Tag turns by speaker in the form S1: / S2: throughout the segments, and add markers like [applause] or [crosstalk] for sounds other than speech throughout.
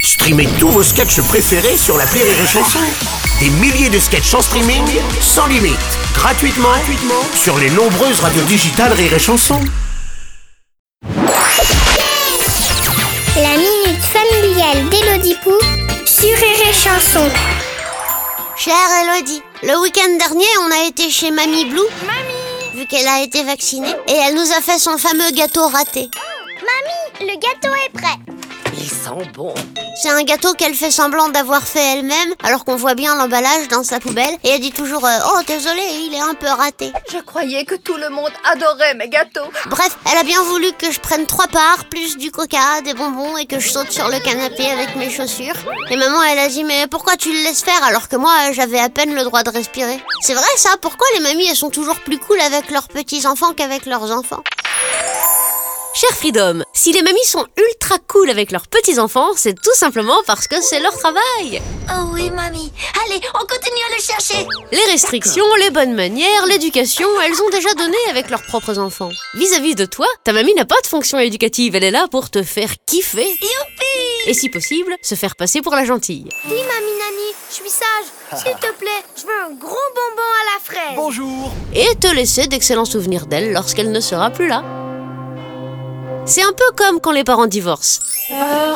S1: Streamez tous vos sketchs préférés sur la Rire et Chanson. Des milliers de sketchs en streaming, sans limite, gratuitement, gratuitement sur les nombreuses radios digitales Rire et Chanson.
S2: La minute familiale d'Élodie Pou sur Rire et Chanson.
S3: Chère Elodie, le week-end dernier, on a été chez Mamie Blue. Mamie Vu qu'elle a été vaccinée, et elle nous a fait son fameux gâteau raté.
S2: Mamie, le gâteau est prêt.
S4: Ils sont bons.
S3: C'est un gâteau qu'elle fait semblant d'avoir fait elle-même, alors qu'on voit bien l'emballage dans sa poubelle, et elle dit toujours euh, Oh, désolé, il est un peu raté.
S4: Je croyais que tout le monde adorait mes gâteaux.
S3: Bref, elle a bien voulu que je prenne trois parts, plus du coca, des bonbons, et que je saute sur le canapé avec mes chaussures. Et maman, elle a dit Mais pourquoi tu le laisses faire alors que moi, euh, j'avais à peine le droit de respirer C'est vrai ça, pourquoi les mamies, elles sont toujours plus cool avec leurs petits-enfants qu'avec leurs enfants
S5: Cher Freedom, si les mamies sont ultra cool avec leurs petits-enfants, c'est tout simplement parce que c'est leur travail.
S6: Oh oui, mamie. Allez, on continue à le chercher.
S5: Les restrictions, les bonnes manières, l'éducation, elles ont déjà donné avec leurs propres enfants. Vis-à-vis de toi, ta mamie n'a pas de fonction éducative, elle est là pour te faire kiffer. Et si possible, se faire passer pour la gentille.
S2: Dis, mamie Nani, je suis sage. S'il te plaît, je veux un gros bonbon à la fraise.
S5: et te laisser d'excellents souvenirs d'elle lorsqu'elle ne sera plus là. C'est un peu comme quand les parents divorcent.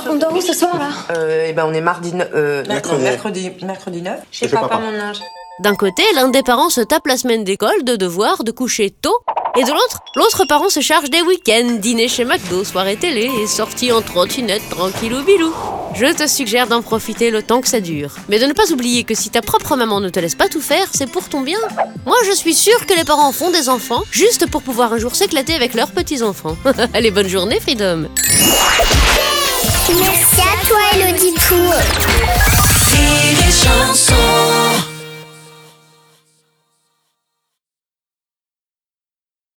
S7: on dort où ce soir là
S8: Euh, eh ben on est mardi ne- euh,
S9: Mercredi.
S8: non, mercredi, mercredi 9 chez
S9: Chez
S8: papa,
S9: papa.
S8: mon ange.
S5: D'un côté, l'un des parents se tape la semaine d'école, de devoirs, de coucher tôt, et de l'autre, l'autre parent se charge des week-ends, dîner chez McDo, soirée télé et sortie en trottinette tranquillou bilou. Je te suggère d'en profiter le temps que ça dure. Mais de ne pas oublier que si ta propre maman ne te laisse pas tout faire, c'est pour ton bien. Moi, je suis sûre que les parents font des enfants juste pour pouvoir un jour s'éclater avec leurs petits-enfants. [laughs] Allez, bonne journée, Freedom
S2: Merci à toi, Elodie Pou.